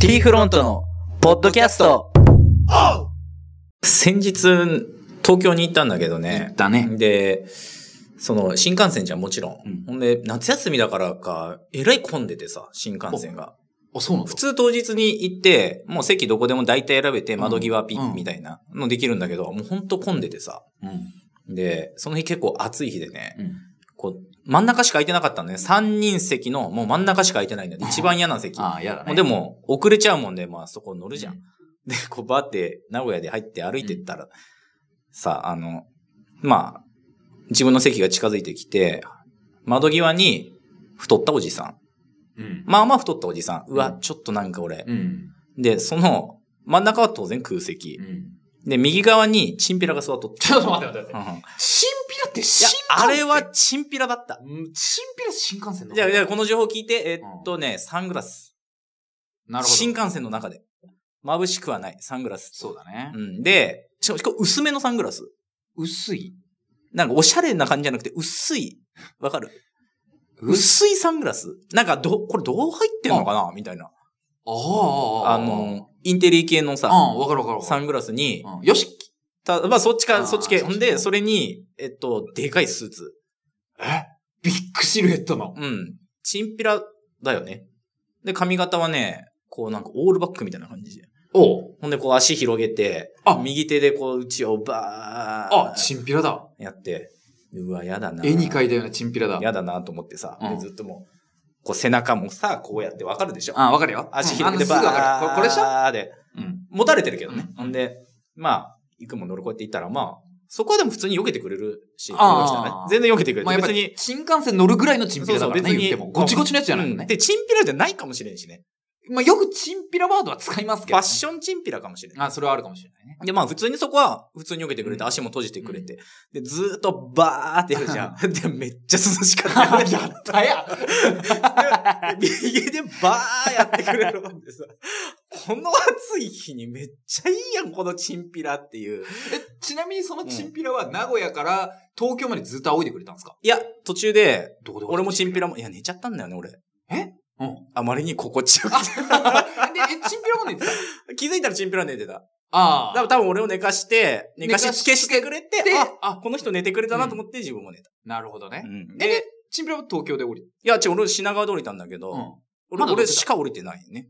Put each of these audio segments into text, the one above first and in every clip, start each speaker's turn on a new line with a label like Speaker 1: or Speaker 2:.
Speaker 1: T フロントのポッドキャスト
Speaker 2: 先日、東京に行ったんだけどね。
Speaker 1: だね。
Speaker 2: で、その、新幹線じゃんもちろん。
Speaker 1: うん
Speaker 2: ほんで、夏休みだからか、えらい混んでてさ、新幹線が。
Speaker 1: あ、そうなの
Speaker 2: 普通当日に行って、もう席どこでも大体選べて、窓際ピ
Speaker 1: うん
Speaker 2: ッみたいなのできるんだけど、もうほんと混んでてさ。
Speaker 1: うん。
Speaker 2: で、その日結構暑い日でね、
Speaker 1: うん
Speaker 2: こう、真ん中しか空いてなかったのね。3人席の、もう真ん中しか空いてないんだよ。一番嫌な席。
Speaker 1: ああ、やだ
Speaker 2: も
Speaker 1: ね。
Speaker 2: うでも、遅れちゃうもんで、まあそこ乗るじゃん
Speaker 1: う。
Speaker 2: で、こうバーって名古屋で入って歩いてったら、さ、あの、まあ、自分の席が近づいてきて、窓際に太ったおじさん。
Speaker 1: うん。
Speaker 2: まあまあ太ったおじさん。うわ、
Speaker 1: うん
Speaker 2: ちょっとなんか俺。
Speaker 1: うん。
Speaker 2: で、その、真ん中は当然空席
Speaker 1: う。ん。
Speaker 2: で、右側にチンピラが座っとって。
Speaker 1: ちょっと待って待って
Speaker 2: うん
Speaker 1: 待
Speaker 2: う
Speaker 1: っ
Speaker 2: んいや
Speaker 1: て。新ピラって新幹線
Speaker 2: あれは、チンピラだった。
Speaker 1: うん新ピラって新幹線の
Speaker 2: じゃあ、じゃあこの情報聞いて、えっとね、サングラス。
Speaker 1: なるほど。
Speaker 2: 新幹線の中で。眩しくはない、サングラス。
Speaker 1: そうだね
Speaker 2: う。ん。で、しかも、しかも薄めのサングラス。
Speaker 1: 薄い。
Speaker 2: なんかおしゃれな感じじゃなくて、薄い。わかる
Speaker 1: い。
Speaker 2: 薄いサングラスなんか、ど、これどう入ってんのかなみたいな。
Speaker 1: ああ、ああ、
Speaker 2: あの、インテリ系の
Speaker 1: あ
Speaker 2: さ、
Speaker 1: あ、うんわかるわかるわ
Speaker 2: サ
Speaker 1: かる。
Speaker 2: ングラスに、
Speaker 1: うんよし。
Speaker 2: た、まあ、そっち
Speaker 1: あー
Speaker 2: か、そっち系。
Speaker 1: そっ
Speaker 2: ほ
Speaker 1: ち
Speaker 2: んで、それに、えっと、でかいスーツ。
Speaker 1: えビッグシルエットの。
Speaker 2: うん。チンピラだよね。で、髪型はね、こうなんかオールバックみたいな感じで。
Speaker 1: おう
Speaker 2: ほんで、こう足広げて、
Speaker 1: あ
Speaker 2: 右手でこう、うちをバ
Speaker 1: あ、
Speaker 2: ー
Speaker 1: チンピラだ。
Speaker 2: やって、うわ、やだな。
Speaker 1: 絵に描いたようなチンピラだ。
Speaker 2: 嫌だなと思ってさ、
Speaker 1: うん
Speaker 2: でずっともう、こう背中もさ、こうやってわかるでしょ。
Speaker 1: あ、わかるよ。
Speaker 2: 足
Speaker 1: うんあ
Speaker 2: 広
Speaker 1: の
Speaker 2: げて
Speaker 1: すぐわ
Speaker 2: バ
Speaker 1: かる。これ、これでしょ
Speaker 2: ーで、
Speaker 1: うん。
Speaker 2: 持たれてるけどね
Speaker 1: う。ん
Speaker 2: ほんで、まあ、行くも乗るこうやって行ったら、まあ、そこはでも普通に避けてくれるし、
Speaker 1: あー
Speaker 2: 乗る人はね全然避けてくれ
Speaker 1: まあ、
Speaker 2: て、
Speaker 1: やっぱ
Speaker 2: 別
Speaker 1: り
Speaker 2: に、
Speaker 1: 新幹線乗るぐらいのチンピラだか
Speaker 2: そ
Speaker 1: ら
Speaker 2: うそう別
Speaker 1: ね、言
Speaker 2: に
Speaker 1: っても。ごちごちのやつじゃないの
Speaker 2: うん
Speaker 1: ね。
Speaker 2: で、チンピラじゃないかもしれんしね。
Speaker 1: まあ、よくチンピラワードは使います
Speaker 2: フ
Speaker 1: けど
Speaker 2: ァ
Speaker 1: ね。
Speaker 2: ッションチンピラかもしれん。
Speaker 1: あ、それはあるかもしれないね。
Speaker 2: で、まあ普通にそこは普通に避けてくれて、
Speaker 1: うん
Speaker 2: 足も閉じてくれて、で、ずーっとバーってやるじゃん。 で、めっちゃ涼しかった よね。
Speaker 1: やったや
Speaker 2: 右でバーやってくれるもんでさ、この暑い日にめっちゃいいやん、このチンピラっていう。
Speaker 1: ちなみにそのチンピラは名古屋から東京までずっと仰いでくれたんですか
Speaker 2: いや、途中で、
Speaker 1: どこで
Speaker 2: 俺もチンピラも、いや、寝ちゃったんだよね、俺。
Speaker 1: うん。
Speaker 2: あまりに心地よく
Speaker 1: あ、で、えチンピラも寝てた
Speaker 2: て。気づいたらチンピラ寝てた。
Speaker 1: あ
Speaker 2: だから多分俺を寝かして、寝かしつけしてくれて、
Speaker 1: で、
Speaker 2: あ、
Speaker 1: あ、
Speaker 2: この人寝てくれたなと思って自分も寝た。
Speaker 1: なるほどね。
Speaker 2: うん
Speaker 1: え
Speaker 2: で、
Speaker 1: チンピラは東京で降りて。
Speaker 2: いや、違う、俺品川通りたんだけど、俺、
Speaker 1: まだ
Speaker 2: 俺
Speaker 1: 寝てた
Speaker 2: しか降りてないね。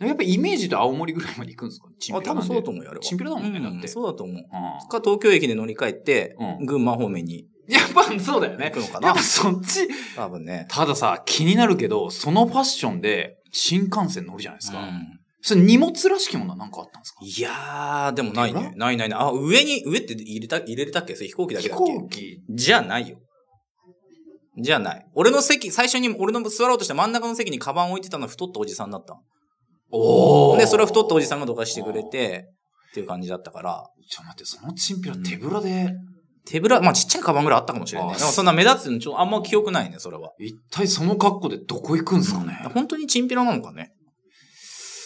Speaker 1: うん。やっぱイメージと青森ぐらいまで行くんですかチン
Speaker 2: あ、
Speaker 1: ピラ
Speaker 2: 多
Speaker 1: な
Speaker 2: 分そう
Speaker 1: んで。
Speaker 2: だと思うよ、あれは。
Speaker 1: チンピラだもんね、だって。
Speaker 2: うそうだと思う。
Speaker 1: う
Speaker 2: か、東京駅で乗り換えて、
Speaker 1: ん。うん。
Speaker 2: 群馬方面に
Speaker 1: やっぱそうだよ
Speaker 2: 行
Speaker 1: ね。
Speaker 2: くのか
Speaker 1: や
Speaker 2: な
Speaker 1: っぱ。そっち。
Speaker 2: 多分ね。
Speaker 1: たださ、気になるけど、そのファッションで新幹線乗るじゃないですか。
Speaker 2: うん
Speaker 1: それ荷物らしきものはなんかあったんですか
Speaker 2: いやー、でもない
Speaker 1: ほら
Speaker 2: ね。ないないない。あ、上に、上って入れた、入れれたっけそれ飛行機だけ
Speaker 1: 飛
Speaker 2: だっけ
Speaker 1: 行機。
Speaker 2: じゃないよ。じゃない。俺の席、最初に俺の座ろうとした真ん中の席にカバン置いてたのは太ったおじさんだった。
Speaker 1: お
Speaker 2: で、それを太ったおじさ
Speaker 1: ん。
Speaker 2: んがどかしてくれて、っていう感じだったから。
Speaker 1: ちょっと待って、そのチンピラ手ぶらで、
Speaker 2: 手ぶら、まあちっちゃいカバンぐらいあったかもしれない。
Speaker 1: あ
Speaker 2: でもそんな目立つの、ちょ、あんま記憶ないね、それは。
Speaker 1: 一体その格好でどこ行くんですかね
Speaker 2: うん本当にチンピラなのかね。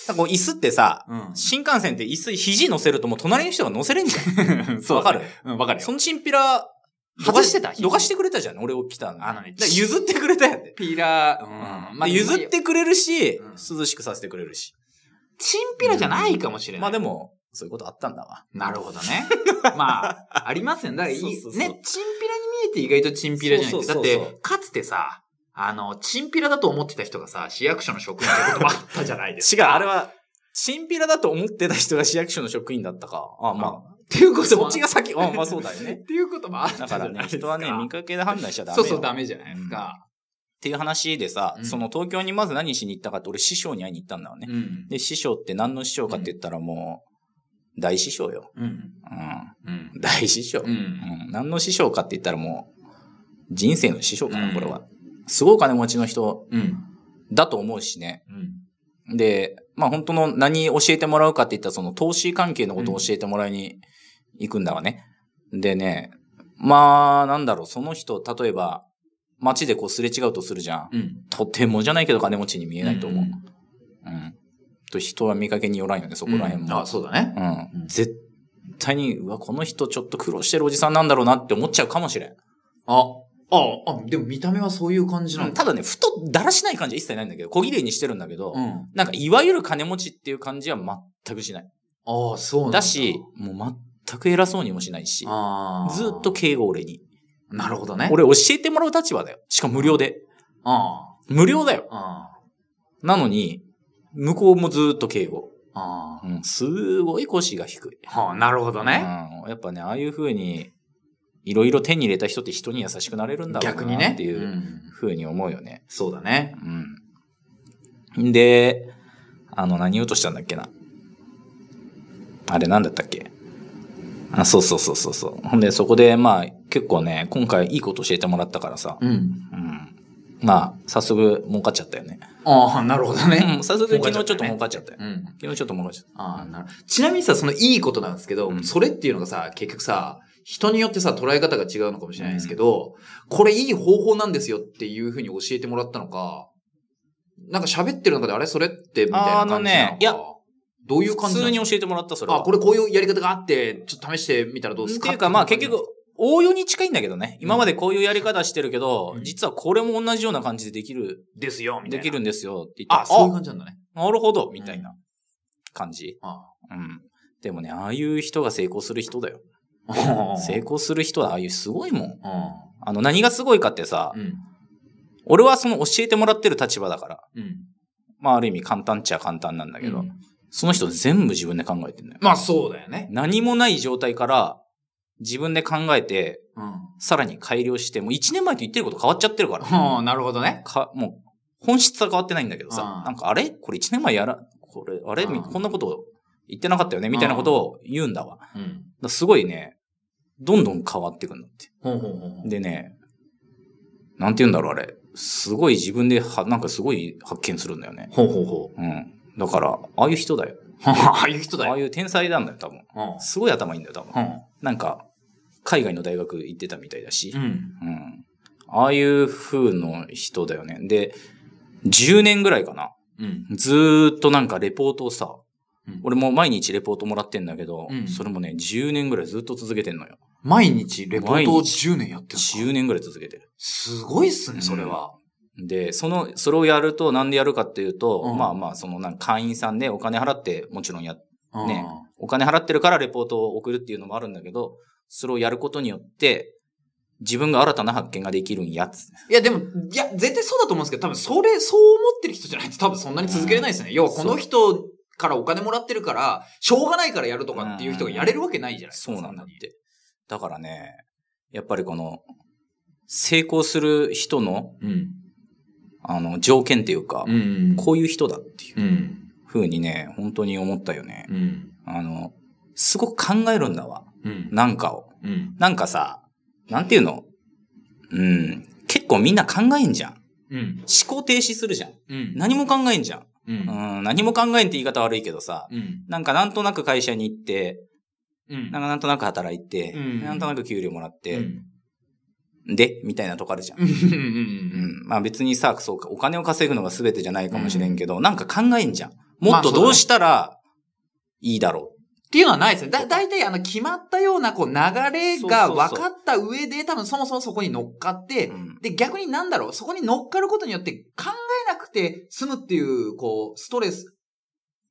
Speaker 2: なんかこう椅子ってさ、
Speaker 1: うん。
Speaker 2: 新幹線って椅子、肘乗せるともう隣の人が乗せれんじゃん。
Speaker 1: そう
Speaker 2: わ
Speaker 1: だ
Speaker 2: か
Speaker 1: ね。
Speaker 2: る
Speaker 1: うん、わ かる
Speaker 2: そ
Speaker 1: よ。
Speaker 2: のチンピラ、
Speaker 1: 外してた
Speaker 2: どかしてくれたじゃん、俺を来たの。
Speaker 1: あのね
Speaker 2: だから譲ってくれたやんね。
Speaker 1: ピラ、うん。まあ、
Speaker 2: で譲ってくれるし、
Speaker 1: うん
Speaker 2: 涼しくさせてくれるし。
Speaker 1: チンピラじゃないかもしれない。
Speaker 2: まあでも、そういうことあったんだわ。
Speaker 1: なるほどね。 まあ、ありますよね。だからいい
Speaker 2: そうそうそう
Speaker 1: ね、チンピラに見えて意外とチンピラじゃないって。
Speaker 2: そうそうそうそう
Speaker 1: だって、かつてさ、あの、チンピラだと思ってた人がさ、市役所の職員ってこともあったじゃないです
Speaker 2: 違
Speaker 1: か。
Speaker 2: う、あれは、チンピラだと思ってた人が市役所の職員だったか。あまあ、
Speaker 1: っていうことも。
Speaker 2: そっちが先、あまあそうだよね
Speaker 1: っ。ていうこともあったじ
Speaker 2: だ
Speaker 1: ゃな
Speaker 2: か
Speaker 1: い
Speaker 2: ら
Speaker 1: です
Speaker 2: ね、
Speaker 1: か。
Speaker 2: 人はね、見かけで判断しちゃダメ
Speaker 1: そ
Speaker 2: よ。
Speaker 1: うそう、ダメじゃないですか。
Speaker 2: っていう話でさ、
Speaker 1: うん
Speaker 2: その東京にまず何しに行ったかって、俺師匠に会いに行ったんだよね。
Speaker 1: うん。
Speaker 2: で、師匠って何の師匠かって言ったらもう、大師匠よ。
Speaker 1: うん。
Speaker 2: う
Speaker 1: うん。
Speaker 2: ん。大師匠。
Speaker 1: うん。
Speaker 2: うん、何の師匠かって言ったらもう、人生の師匠か
Speaker 1: う
Speaker 2: な、
Speaker 1: ん
Speaker 2: これは。すごいお金持ちの人
Speaker 1: うん。
Speaker 2: だと思うしね。
Speaker 1: うん。
Speaker 2: で、まあ本当の何教えてもらうかって言ったら、その投資関係のことを教えてもらいに行くんだわね。でね、まあなんだろう、その人、例えば、街でこうすれ違うとするじゃん。
Speaker 1: うん。
Speaker 2: とてもじゃないけど金持ちに見えないと思う。
Speaker 1: ん。
Speaker 2: うん。と人は見かけによらんよね、そこら辺
Speaker 1: うん
Speaker 2: も
Speaker 1: あ、。そうだね。
Speaker 2: うん。
Speaker 1: うん
Speaker 2: 絶対に、うわ、この人ちょっと苦労してるおじさんなんだろうなって思っちゃうかもしれん。
Speaker 1: あ、ああ、でも見た目はそういう感じな
Speaker 2: うんん
Speaker 1: だ。
Speaker 2: ただね、ふとだらしない感じは一切ないんだけど、小綺麗にしてるんだけど、
Speaker 1: うん。
Speaker 2: なんかいわゆる金持ちっていう感じは全くしない。
Speaker 1: ああ、そうなんだ。
Speaker 2: だし、、もう全く偉そうにもしないし、
Speaker 1: ああ。
Speaker 2: ずっと。敬語俺に。
Speaker 1: なるほどね。。
Speaker 2: 俺教えてもらう立場だよ。しかも無料で。
Speaker 1: あ
Speaker 2: 無料だよ。
Speaker 1: あ。あ
Speaker 2: なのに、向こうもずっと敬語。
Speaker 1: あ。あ
Speaker 2: うん、すごい腰が低い。
Speaker 1: あ。はあ、なるほどね。
Speaker 2: うん、やっぱね、ああいう風に、いろいろ手に入れた人って人に優しくなれるんだろ
Speaker 1: 逆
Speaker 2: う
Speaker 1: に
Speaker 2: な
Speaker 1: ね。
Speaker 2: っていう
Speaker 1: うん
Speaker 2: 風に思うよね。
Speaker 1: そうだね。
Speaker 2: うん。で、あの、何言おうとしたんだっけな。あれなんだったっけあ、そうそうそうそうそう。ほんで、そこで、まあ、結構ね、今回いいこと教えてもらったからさ。
Speaker 1: うん。
Speaker 2: うん。まあ、早速儲かっちゃったよね。
Speaker 1: ああ、なるほどね。
Speaker 2: うん、早速昨日ちょっと
Speaker 1: 儲
Speaker 2: 儲
Speaker 1: か
Speaker 2: かっちゃったよ。
Speaker 1: うん。
Speaker 2: 昨日ちょっと儲かっちゃっ
Speaker 1: ああ、なるちなみにさ、そのいいことなんですけど、
Speaker 2: うん
Speaker 1: それっていうのがさ、結局さ、人によってさ、捉え方が違うのかもしれないですけど、これいい方法なんですよっていうふうに教えてもらったのか、なんか喋ってる中で、あれそれってみたいな感じなのか。
Speaker 2: あのねいや
Speaker 1: どういう
Speaker 2: た。
Speaker 1: 感
Speaker 2: 普
Speaker 1: じな
Speaker 2: 通
Speaker 1: の
Speaker 2: に教えてもらった、それは。
Speaker 1: あ、これこういうやり方があって、ちょっと試してみたらどうです
Speaker 2: っ
Speaker 1: か
Speaker 2: ていうか、まあ結局、、応用に近いんだけどね。今までこういうやり方してるけど、
Speaker 1: うん
Speaker 2: 実はこれも同じような感じでできる、
Speaker 1: ですよ、み
Speaker 2: で
Speaker 1: たいな。
Speaker 2: きるんですよって言ったら
Speaker 1: あ、そういう感じなんだね。
Speaker 2: なるほど、みたいな感じ。
Speaker 1: あ
Speaker 2: うん。でもね、ああいう人が成功する人だよ。
Speaker 1: あ。
Speaker 2: 成功する人はああいうすごいもん。
Speaker 1: う
Speaker 2: あの、何がすごいかってさ、
Speaker 1: ん。うん。
Speaker 2: 俺はその教えてもらってる立場だから、
Speaker 1: うん。
Speaker 2: まあある意味簡単っちゃ簡単なんだけど、
Speaker 1: うん
Speaker 2: その人全部自分で考えてんだよ。
Speaker 1: まあそうだよね。
Speaker 2: 何もない状態から自分で考えて、
Speaker 1: うん。
Speaker 2: さらに改良して、もう1年前と言ってること変わっちゃってるから。
Speaker 1: はあなるほどね。
Speaker 2: か、もう、本質は変わってないんだけど
Speaker 1: う
Speaker 2: さ
Speaker 1: ん、
Speaker 2: なんかあれこれ1年前やら、これ、あれ
Speaker 1: うん
Speaker 2: みこんなこと言ってなかったよねみたいなことを言うんだわ。だか
Speaker 1: うん。
Speaker 2: らすごいね、どんどん変わってくんだって。
Speaker 1: ほうほうほうほう。
Speaker 2: でね、なんて言うんだろう、あれ。すごい自分では、なんかすごい発見するんだよね。
Speaker 1: ほうほうほう。
Speaker 2: うん。だから、ああいう人だよ。
Speaker 1: ああいう人だ
Speaker 2: ああ
Speaker 1: よ。
Speaker 2: いう天才なんだよ、多分。
Speaker 1: う
Speaker 2: すごい頭いいんだよ、多分。
Speaker 1: ん。
Speaker 2: なんか、海外の大学行ってたみたいだし
Speaker 1: う。ん。
Speaker 2: うん。ああいう風の人だよね。で、10年ぐらいかな。
Speaker 1: うん。
Speaker 2: ずーっとなんかレポートをさ、
Speaker 1: うん
Speaker 2: 俺も毎日レポートもらってんだけど、
Speaker 1: うん
Speaker 2: それもね、10年ぐらいずっと続けてんのよ。
Speaker 1: 毎日レポートを
Speaker 2: 毎日
Speaker 1: 10年やってるの
Speaker 2: 10
Speaker 1: か。
Speaker 2: 年ぐらい続けてる。
Speaker 1: すごいっすね、それは。
Speaker 2: で、その、それをやるとなんでやるかっていうと、
Speaker 1: うん
Speaker 2: まあまあ、そのなんか会員さんでお金払って、もちろんや、
Speaker 1: うん
Speaker 2: ねお金払ってるからレポートを送るっていうのもあるんだけど、それをやることによって、自分が新たな発見ができるんやつ。
Speaker 1: いや、でも、いや、絶対そうだと思うんですけど、多分それ、そう思ってる人じゃないと多分そんなに続けれないですね。要は、この人からお金もらってるから、しょうがないからやるとかっていう人がやれるわけないじゃないです
Speaker 2: そ
Speaker 1: か。
Speaker 2: うなんだっ
Speaker 1: に。
Speaker 2: て。だからね、やっぱりこの、成功する人の、
Speaker 1: うん。
Speaker 2: あの、条件っていうか、
Speaker 1: うん。
Speaker 2: こういう人だっていう
Speaker 1: うん。
Speaker 2: ふうにね、本当に思ったよね。
Speaker 1: うん。
Speaker 2: あの、すごく考えるんだわ。
Speaker 1: うん。
Speaker 2: なんかを。
Speaker 1: うん。
Speaker 2: なんかさ、なんていうのうん。結構みんな考えんじゃん。思
Speaker 1: うん。
Speaker 2: 考停止するじゃん。
Speaker 1: うん。
Speaker 2: 何も考えんじゃん。
Speaker 1: う。
Speaker 2: うんん、何も考えんって言い方悪いけどさ。
Speaker 1: うん。
Speaker 2: なんかなんとなく会社に行って、
Speaker 1: うん
Speaker 2: なんかなんとなく働いて、
Speaker 1: うん
Speaker 2: なんとなく給料もらっ
Speaker 1: う
Speaker 2: て、
Speaker 1: ん。
Speaker 2: で、みたいなとこあるじゃん。
Speaker 1: うん。う。
Speaker 2: うんん。まあ別にさ、そうか、お金を稼ぐのが全てじゃないかもしれんけど、なんか考えんじゃん。も
Speaker 1: ま
Speaker 2: っ
Speaker 1: あ
Speaker 2: と
Speaker 1: そうだね
Speaker 2: どうしたらいいだろ
Speaker 1: っていうのはないですね。だ、大体あの、決まったような、こう、流れが分かった上で、多分そもそもそこに乗っかっ
Speaker 2: う。
Speaker 1: て
Speaker 2: う、ん
Speaker 1: で、逆になんだろう、そこに乗っかることによって、考えなくて済むっていう、こう、ストレス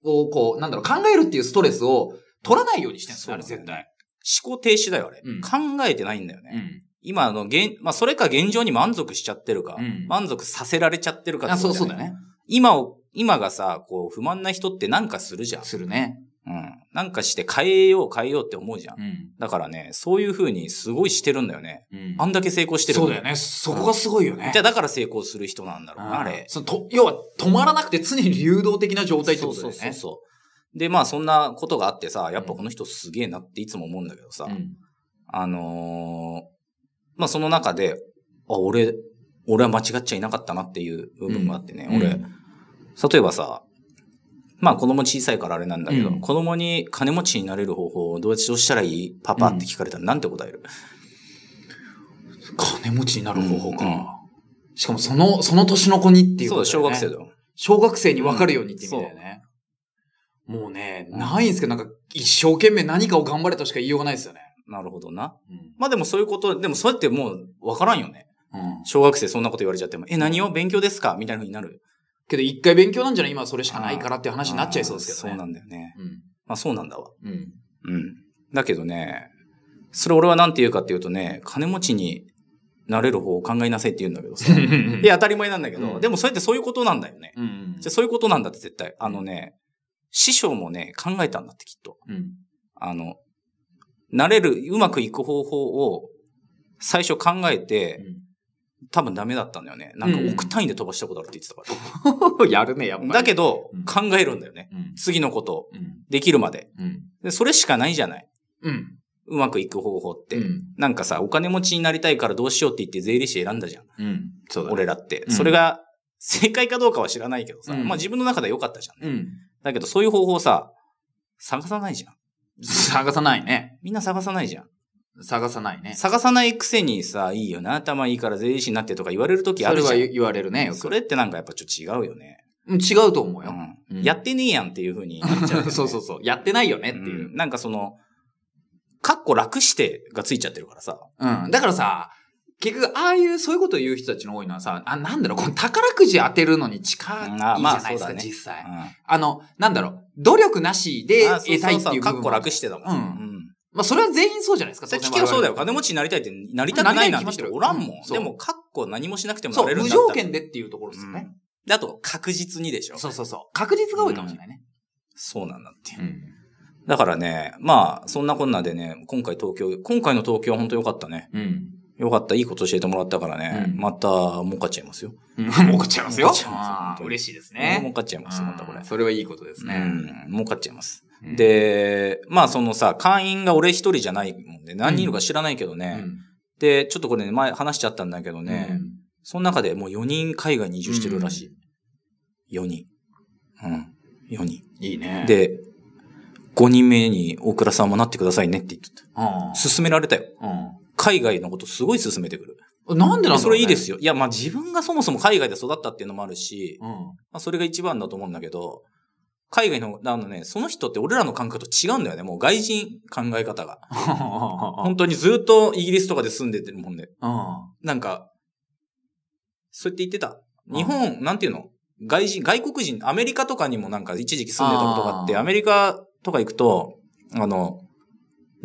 Speaker 1: を、こう、なんだろう、考えるっていうストレスを取らないようにしてるんですよ、あれ
Speaker 2: そう
Speaker 1: 絶
Speaker 2: だね
Speaker 1: 対。
Speaker 2: 思考停止だよ、あれ。
Speaker 1: うん
Speaker 2: 考えてないんだよね。
Speaker 1: うん。
Speaker 2: 今の現、まあ、それか現状に満足しちゃってるか、
Speaker 1: うん
Speaker 2: 満足させられちゃってるかって
Speaker 1: あ、
Speaker 2: こと
Speaker 1: そう
Speaker 2: じゃ
Speaker 1: そう
Speaker 2: な
Speaker 1: だ
Speaker 2: い
Speaker 1: よね。
Speaker 2: 今を、今がさ、こう、不満な人ってなんかするじゃん。
Speaker 1: するね。
Speaker 2: うん。なんかして変えよう変えようって思うじゃん。
Speaker 1: うん。
Speaker 2: だからね、そういう風にすごいしてるんだよね。
Speaker 1: うん
Speaker 2: あんだけ成功してる。
Speaker 1: そうだよね。そこがすごいよね。
Speaker 2: じゃあだから成功する人なんだろうな、あれ。
Speaker 1: そのと、要は、止まらなくて常に流動的な状態って
Speaker 2: そ
Speaker 1: こ
Speaker 2: う
Speaker 1: と
Speaker 2: そ
Speaker 1: だ
Speaker 2: う
Speaker 1: よ
Speaker 2: そう
Speaker 1: ね。
Speaker 2: そう。で、まあそんなことがあってさ、やっぱこの人すげえなっていつも思うんだけどさ、
Speaker 1: うん
Speaker 2: あのーまあその中で、あ、俺、俺は間違っちゃいなかったなっていう部分があってね、俺、例えばさ、まあ子供小さいからあれなんだけど、
Speaker 1: うん
Speaker 2: 子供に金持ちになれる方法をどうどうしたらいいパパって聞かれたらなんて答える、
Speaker 1: 金持ちになる方法か。
Speaker 2: うん
Speaker 1: しかもその、その年の子にっていう
Speaker 2: そう
Speaker 1: こと
Speaker 2: だ、
Speaker 1: だ
Speaker 2: 小
Speaker 1: よね、
Speaker 2: 学生だよ。
Speaker 1: 小学生に分かるようにって意味だよね。もうね、ないんですけど、なんか一生懸命何かを頑張れとしか言いようがないですよね。
Speaker 2: なるほどな。まあでもそういうこと、でもそうやってもうわからんよね。
Speaker 1: うん。
Speaker 2: 小学生そんなこと言われちゃっても、え、何を勉強ですかみたいな風になる。
Speaker 1: けど一回勉強なんじゃない今はそれしかないからっていう話になっちゃいそうですけどね。
Speaker 2: そうなんだよね。
Speaker 1: うなん
Speaker 2: まあそうなんだわ。
Speaker 1: うん。うん。
Speaker 2: うん。だけどね、それ俺はなんて言うかっていうとね、金持ちになれる方を考えなさいって言うんだけどさ。いや、当たり前なんだけど、
Speaker 1: うん
Speaker 2: でもそれってそういうことなんだよね。
Speaker 1: うんうん。
Speaker 2: じゃあそういうことなんだって絶対。あのね、師匠もね、考えたんだってきっと。
Speaker 1: うん。
Speaker 2: あの、なれる、うまくいく方法を最初考えて、多分ダメだったんだよね。なんか
Speaker 1: うん
Speaker 2: 億単位で飛ばしたことあるって言ってたから。
Speaker 1: うん。 やるね、やっぱり。
Speaker 2: だけど
Speaker 1: うん、
Speaker 2: 考えるんだよね。
Speaker 1: うん。
Speaker 2: 次のことを、
Speaker 1: うん。
Speaker 2: できるまで。
Speaker 1: うん。
Speaker 2: でそれしかないじゃない。
Speaker 1: うん。
Speaker 2: うまくいく方法って。
Speaker 1: うん。
Speaker 2: なんかさ、お金持ちになりたいからどうしようって言って税理士選んだじゃん。
Speaker 1: うん。そうだね。
Speaker 2: 俺らって。
Speaker 1: うん
Speaker 2: それが正解かどうかは知らないけどさ、
Speaker 1: うん
Speaker 2: まあ自分の中では良かったじゃんね、
Speaker 1: うん。
Speaker 2: だけどそういう方法さ、探さないじゃん。
Speaker 1: 探さないね。
Speaker 2: みんな探さないじゃん。
Speaker 1: 探さないね。
Speaker 2: 探さないくせにさ、いいよな、頭いいから税理士になってとか言われる時あ
Speaker 1: そ
Speaker 2: る
Speaker 1: れ
Speaker 2: じゃ
Speaker 1: は
Speaker 2: ん。
Speaker 1: 言われるね、よ
Speaker 2: そ
Speaker 1: く。
Speaker 2: れってなんかやっぱちょっと違うよね。
Speaker 1: うん違うと思う
Speaker 2: う
Speaker 1: よ。
Speaker 2: ん
Speaker 1: うん
Speaker 2: やってねえやんっていうふうになっちゃうよね、
Speaker 1: そうそうそう。やってないよねって
Speaker 2: ってい
Speaker 1: いうう。。
Speaker 2: なんかその、かっこ楽してがついちゃってるからさ。
Speaker 1: うん。だからさ、結局、ああいう、そういうことを言う人たちの多いのはさ、あ、なんだろう、この宝くじ当てるのに近いじ
Speaker 2: うん
Speaker 1: ゃ
Speaker 2: あまあ
Speaker 1: ない
Speaker 2: そ
Speaker 1: です
Speaker 2: う
Speaker 1: か、
Speaker 2: だね
Speaker 1: 実際。
Speaker 2: うん
Speaker 1: あの、なんだろう、努力なしで
Speaker 2: あそう
Speaker 1: 得たいっていう
Speaker 2: か
Speaker 1: 部
Speaker 2: っ
Speaker 1: 分
Speaker 2: こ
Speaker 1: も
Speaker 2: 楽してだもん。
Speaker 1: うんまあ、それは全員そうじゃないですか、
Speaker 2: さっき聞
Speaker 1: 当
Speaker 2: け
Speaker 1: 然
Speaker 2: ばそうだよ。
Speaker 1: 我々
Speaker 2: 金持ちになりたいって、なりたくないなんて人おらんも
Speaker 1: うんん。そう
Speaker 2: でも、かっこ何もしなくてもな
Speaker 1: そ
Speaker 2: れ
Speaker 1: う、
Speaker 2: るん
Speaker 1: 無
Speaker 2: だったら
Speaker 1: 条件でっていうところですよね。
Speaker 2: うんあと、確実にでしょ。
Speaker 1: そうそうそう。確率が多いかもしれないね。
Speaker 2: そうなんだっていう。
Speaker 1: ん。
Speaker 2: だからね、まあ、そんなこんなでね、今回東京、今回の東京は本当良かったね。
Speaker 1: うん。
Speaker 2: 良かった、いいこと教えてもらったからね。
Speaker 1: うん
Speaker 2: また、儲かっちゃいますよ。
Speaker 1: うん。 儲かっちゃいます
Speaker 2: 儲
Speaker 1: よ
Speaker 2: かっちゃい。ます
Speaker 1: あ
Speaker 2: 本
Speaker 1: ー
Speaker 2: 当に
Speaker 1: 嬉しいです
Speaker 2: 儲
Speaker 1: ね。
Speaker 2: かっちゃいます、またこれ
Speaker 1: うん。それはいいことですね。
Speaker 2: うん、儲かっちゃいます。
Speaker 1: うん、
Speaker 2: で、まあそのさ、会員が俺一人じゃないもんで、何人いるか知らないけど
Speaker 1: う
Speaker 2: ね。
Speaker 1: ん、
Speaker 2: で、ちょっとこれね、前話しちゃったんだけどね、
Speaker 1: うん
Speaker 2: その中でもう4人海外に移住してるらしい。4人。うん。4人。
Speaker 1: いいね。、
Speaker 2: で、5人目に大倉さんもなってくださいねって言ってた。
Speaker 1: うん。
Speaker 2: 勧められたよ。
Speaker 1: う
Speaker 2: 海外のことすごい勧めてくる。
Speaker 1: ん。なんでなんだろう、ね、
Speaker 2: それいいで。すよ。いや、まあ自分がそもそも海外で育ったっていうのもあるし、
Speaker 1: うん。
Speaker 2: まあそれが一番だと思うんだけど、海外の、あのね、その人って俺らの感覚と違うんだよね。もう外人考え方が。本当にずっとイギリスとかで住んでてるもんで、
Speaker 1: う
Speaker 2: なんか、そうやって言ってた。日本、なんていうの外人、外国人、アメリカとかにもなんか一時期住んでたことがあって、
Speaker 1: あー
Speaker 2: アメリカとか行くと、あの、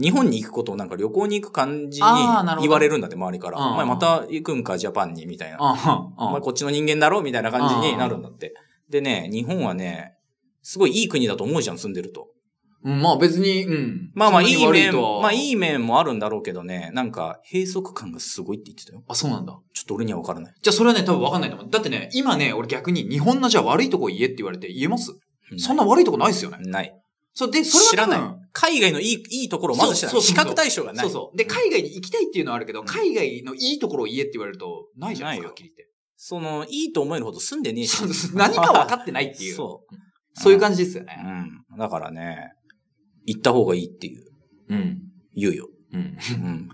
Speaker 2: 日本に行くことをなんか旅行に行く感じに
Speaker 1: あーなるほど
Speaker 2: 言われるんだって、周りから。
Speaker 1: うん
Speaker 2: お前また行くんか、ジャパンに、みたいな。お前
Speaker 1: ん。
Speaker 2: こっちの人間だろみたいな感じになるんだって。でね、日本はね、すごいいい国だと思うじゃん、住んでると。
Speaker 1: うん。まあ別に、うん。
Speaker 2: まあまあいい面、まあ
Speaker 1: い。
Speaker 2: いい面もあるんだろうけどね、なんか閉塞感がすごいって言ってたよ。
Speaker 1: あ、そうなんだ。
Speaker 2: ちょっと俺にはわからない。
Speaker 1: じゃあそれはね、多分わかんないと思う。だってね、今ね、俺逆に日本のじゃあ悪いとこ言えって言われて言えますそんな悪いとこないですよね。
Speaker 2: ない。
Speaker 1: そう、で、それは
Speaker 2: 知ら
Speaker 1: 多分
Speaker 2: ない。海外のいい、いいところをまず知らな
Speaker 1: そ
Speaker 2: い。
Speaker 1: うそ
Speaker 2: 比
Speaker 1: うそうそう
Speaker 2: 較対象がない。
Speaker 1: そうそう。で、
Speaker 2: ん
Speaker 1: 海外に行きたいっていうのはあるけど、
Speaker 2: ん
Speaker 1: 海外のいいところを言えって言われると、ないじゃない
Speaker 2: ない
Speaker 1: ですか、
Speaker 2: よ
Speaker 1: はっきり言っ
Speaker 2: その、いいと思えるほど住んでねえ
Speaker 1: て。
Speaker 2: し。
Speaker 1: そう そう何か分かってないっていう。そう。
Speaker 2: そう。
Speaker 1: いう感じですよね。
Speaker 2: うん。だからね、行った方がいいっていう、
Speaker 1: うん。
Speaker 2: 言うよ。
Speaker 1: うん。
Speaker 2: うん。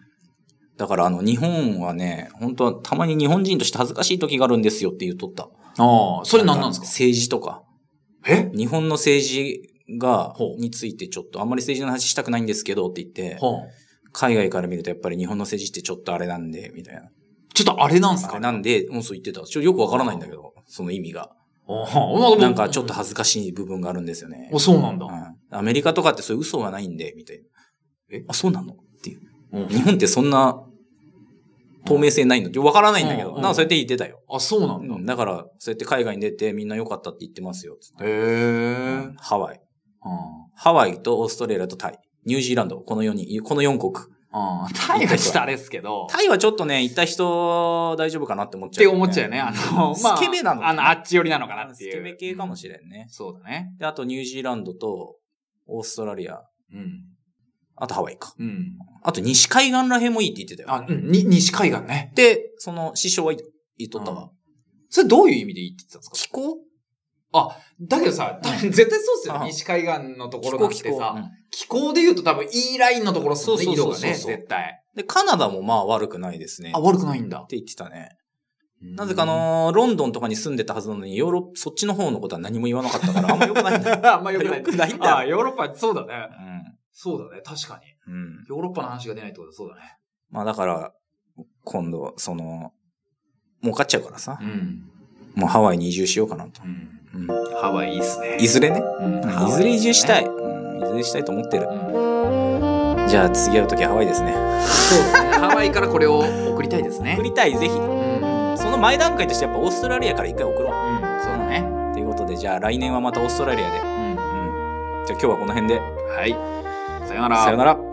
Speaker 2: だからあの、日本はね、本当はたまに日本人として恥ずかしい時があるんですよって言うとった。
Speaker 1: ああ、それ何なんですか
Speaker 2: 政治とか。
Speaker 1: え
Speaker 2: 日本の政治が
Speaker 1: ほ、う
Speaker 2: についてちょっと、あんまり政治の話したくないんですけどって言って、
Speaker 1: はあ
Speaker 2: 海外から見るとやっぱり日本の政治ってちょっとあれなんで、みたいな。
Speaker 1: ちょっとあれなんす
Speaker 2: あ
Speaker 1: か
Speaker 2: れなんで、うん、そう言ってた。ちょよくわからないんだけど、その意味が。
Speaker 1: あ
Speaker 2: なんかちょっ
Speaker 1: と。
Speaker 2: と恥ずかしい部分があるんですよね
Speaker 1: お、。そうなんだ
Speaker 2: う。んアメリカとかってそういう嘘がないんで、みたいな。
Speaker 1: え
Speaker 2: あ、そうなのっていう。
Speaker 1: うん
Speaker 2: 日本ってそんな透明性ないのってわからないんだけど、
Speaker 1: うん
Speaker 2: なんかそうやって言ってたよ。
Speaker 1: あ、そうな
Speaker 2: うん
Speaker 1: だ。
Speaker 2: んだから、そうやって海外に出てみんな良かったって言ってますよ。つって
Speaker 1: へえ。
Speaker 2: ハワイ。
Speaker 1: あ
Speaker 2: ハワイとオーストラリアとタイ。ニュージーランド。この4人、この4国。
Speaker 1: あ。タイはちょっとあれですけど。
Speaker 2: タイはちょっとね、行った人大丈夫かなって思っ
Speaker 1: っ
Speaker 2: ちゃう、
Speaker 1: て思っちゃうよね。あの、まあ。
Speaker 2: スケベなのか
Speaker 1: あ
Speaker 2: な
Speaker 1: の、あっち寄りなのかなっていう。
Speaker 2: スケベ系かもし
Speaker 1: れ
Speaker 2: れんね。
Speaker 1: そうだね。
Speaker 2: で、あとニュージーランドとオーストラリア。
Speaker 1: うん。
Speaker 2: あとハワイか。
Speaker 1: うん。
Speaker 2: あと西海岸ら辺もいいって言ってたよ。
Speaker 1: あ、うん、に、西海岸ね。
Speaker 2: で、その師匠は言っとったわ。
Speaker 1: それどういう意味でいいって言ってたんですか
Speaker 2: 気候
Speaker 1: だけどさ、多分絶対そうっすよ
Speaker 2: う
Speaker 1: ね。
Speaker 2: ん
Speaker 1: 西海岸のとこ
Speaker 2: 気
Speaker 1: ろなん
Speaker 2: 候
Speaker 1: て
Speaker 2: 気候、う
Speaker 1: さ、
Speaker 2: ん
Speaker 1: 気候で言うと多分 E ラインのところっすよね、
Speaker 2: そう
Speaker 1: 緯
Speaker 2: そ
Speaker 1: 度
Speaker 2: う
Speaker 1: が
Speaker 2: そうそう
Speaker 1: ね、絶対。
Speaker 2: で、カナダもまあ悪くないですね。
Speaker 1: あ、
Speaker 2: っ
Speaker 1: 悪くないんだ。
Speaker 2: て言ってたね。
Speaker 1: な
Speaker 2: なぜかあ、のー、ロンドンとかに住んでたはずなのに、ヨーロッパ、そっちの方のことは何も言わなかった から、あんま良くないんだよ。
Speaker 1: あんま良くない。
Speaker 2: 良くないんだよ
Speaker 1: あ、ヨーロッパ、そうだね。
Speaker 2: う
Speaker 1: そうだね、確かに。
Speaker 2: ん。うん。
Speaker 1: ヨーロッパの話が出ないってことはそうだね。
Speaker 2: まあだから、今度、その、儲かっちゃうからさ
Speaker 1: う。ん。
Speaker 2: もうハワイに移住しようかなと。
Speaker 1: うん。
Speaker 2: うん。
Speaker 1: ハワイいいっすね。
Speaker 2: いずれね。
Speaker 1: うん
Speaker 2: いずれ移住したい。。
Speaker 1: ハ
Speaker 2: うん。いずれしたいと思ってる
Speaker 1: ワイ。うん
Speaker 2: じゃあ次会う時はハワイですね。
Speaker 1: そうですね。ハワイからこれを送りたいですね
Speaker 2: 送。りたい、ぜひ。
Speaker 1: うん。
Speaker 2: その前段階としてやっぱオーストラリアから一回送ろ
Speaker 1: うん、そうだね。
Speaker 2: う。ということで、じゃあ来年はまたオーストラリアで。
Speaker 1: うん。
Speaker 2: うん。じゃあ今日はこの辺で。
Speaker 1: はい。さよなら。
Speaker 2: さよなら。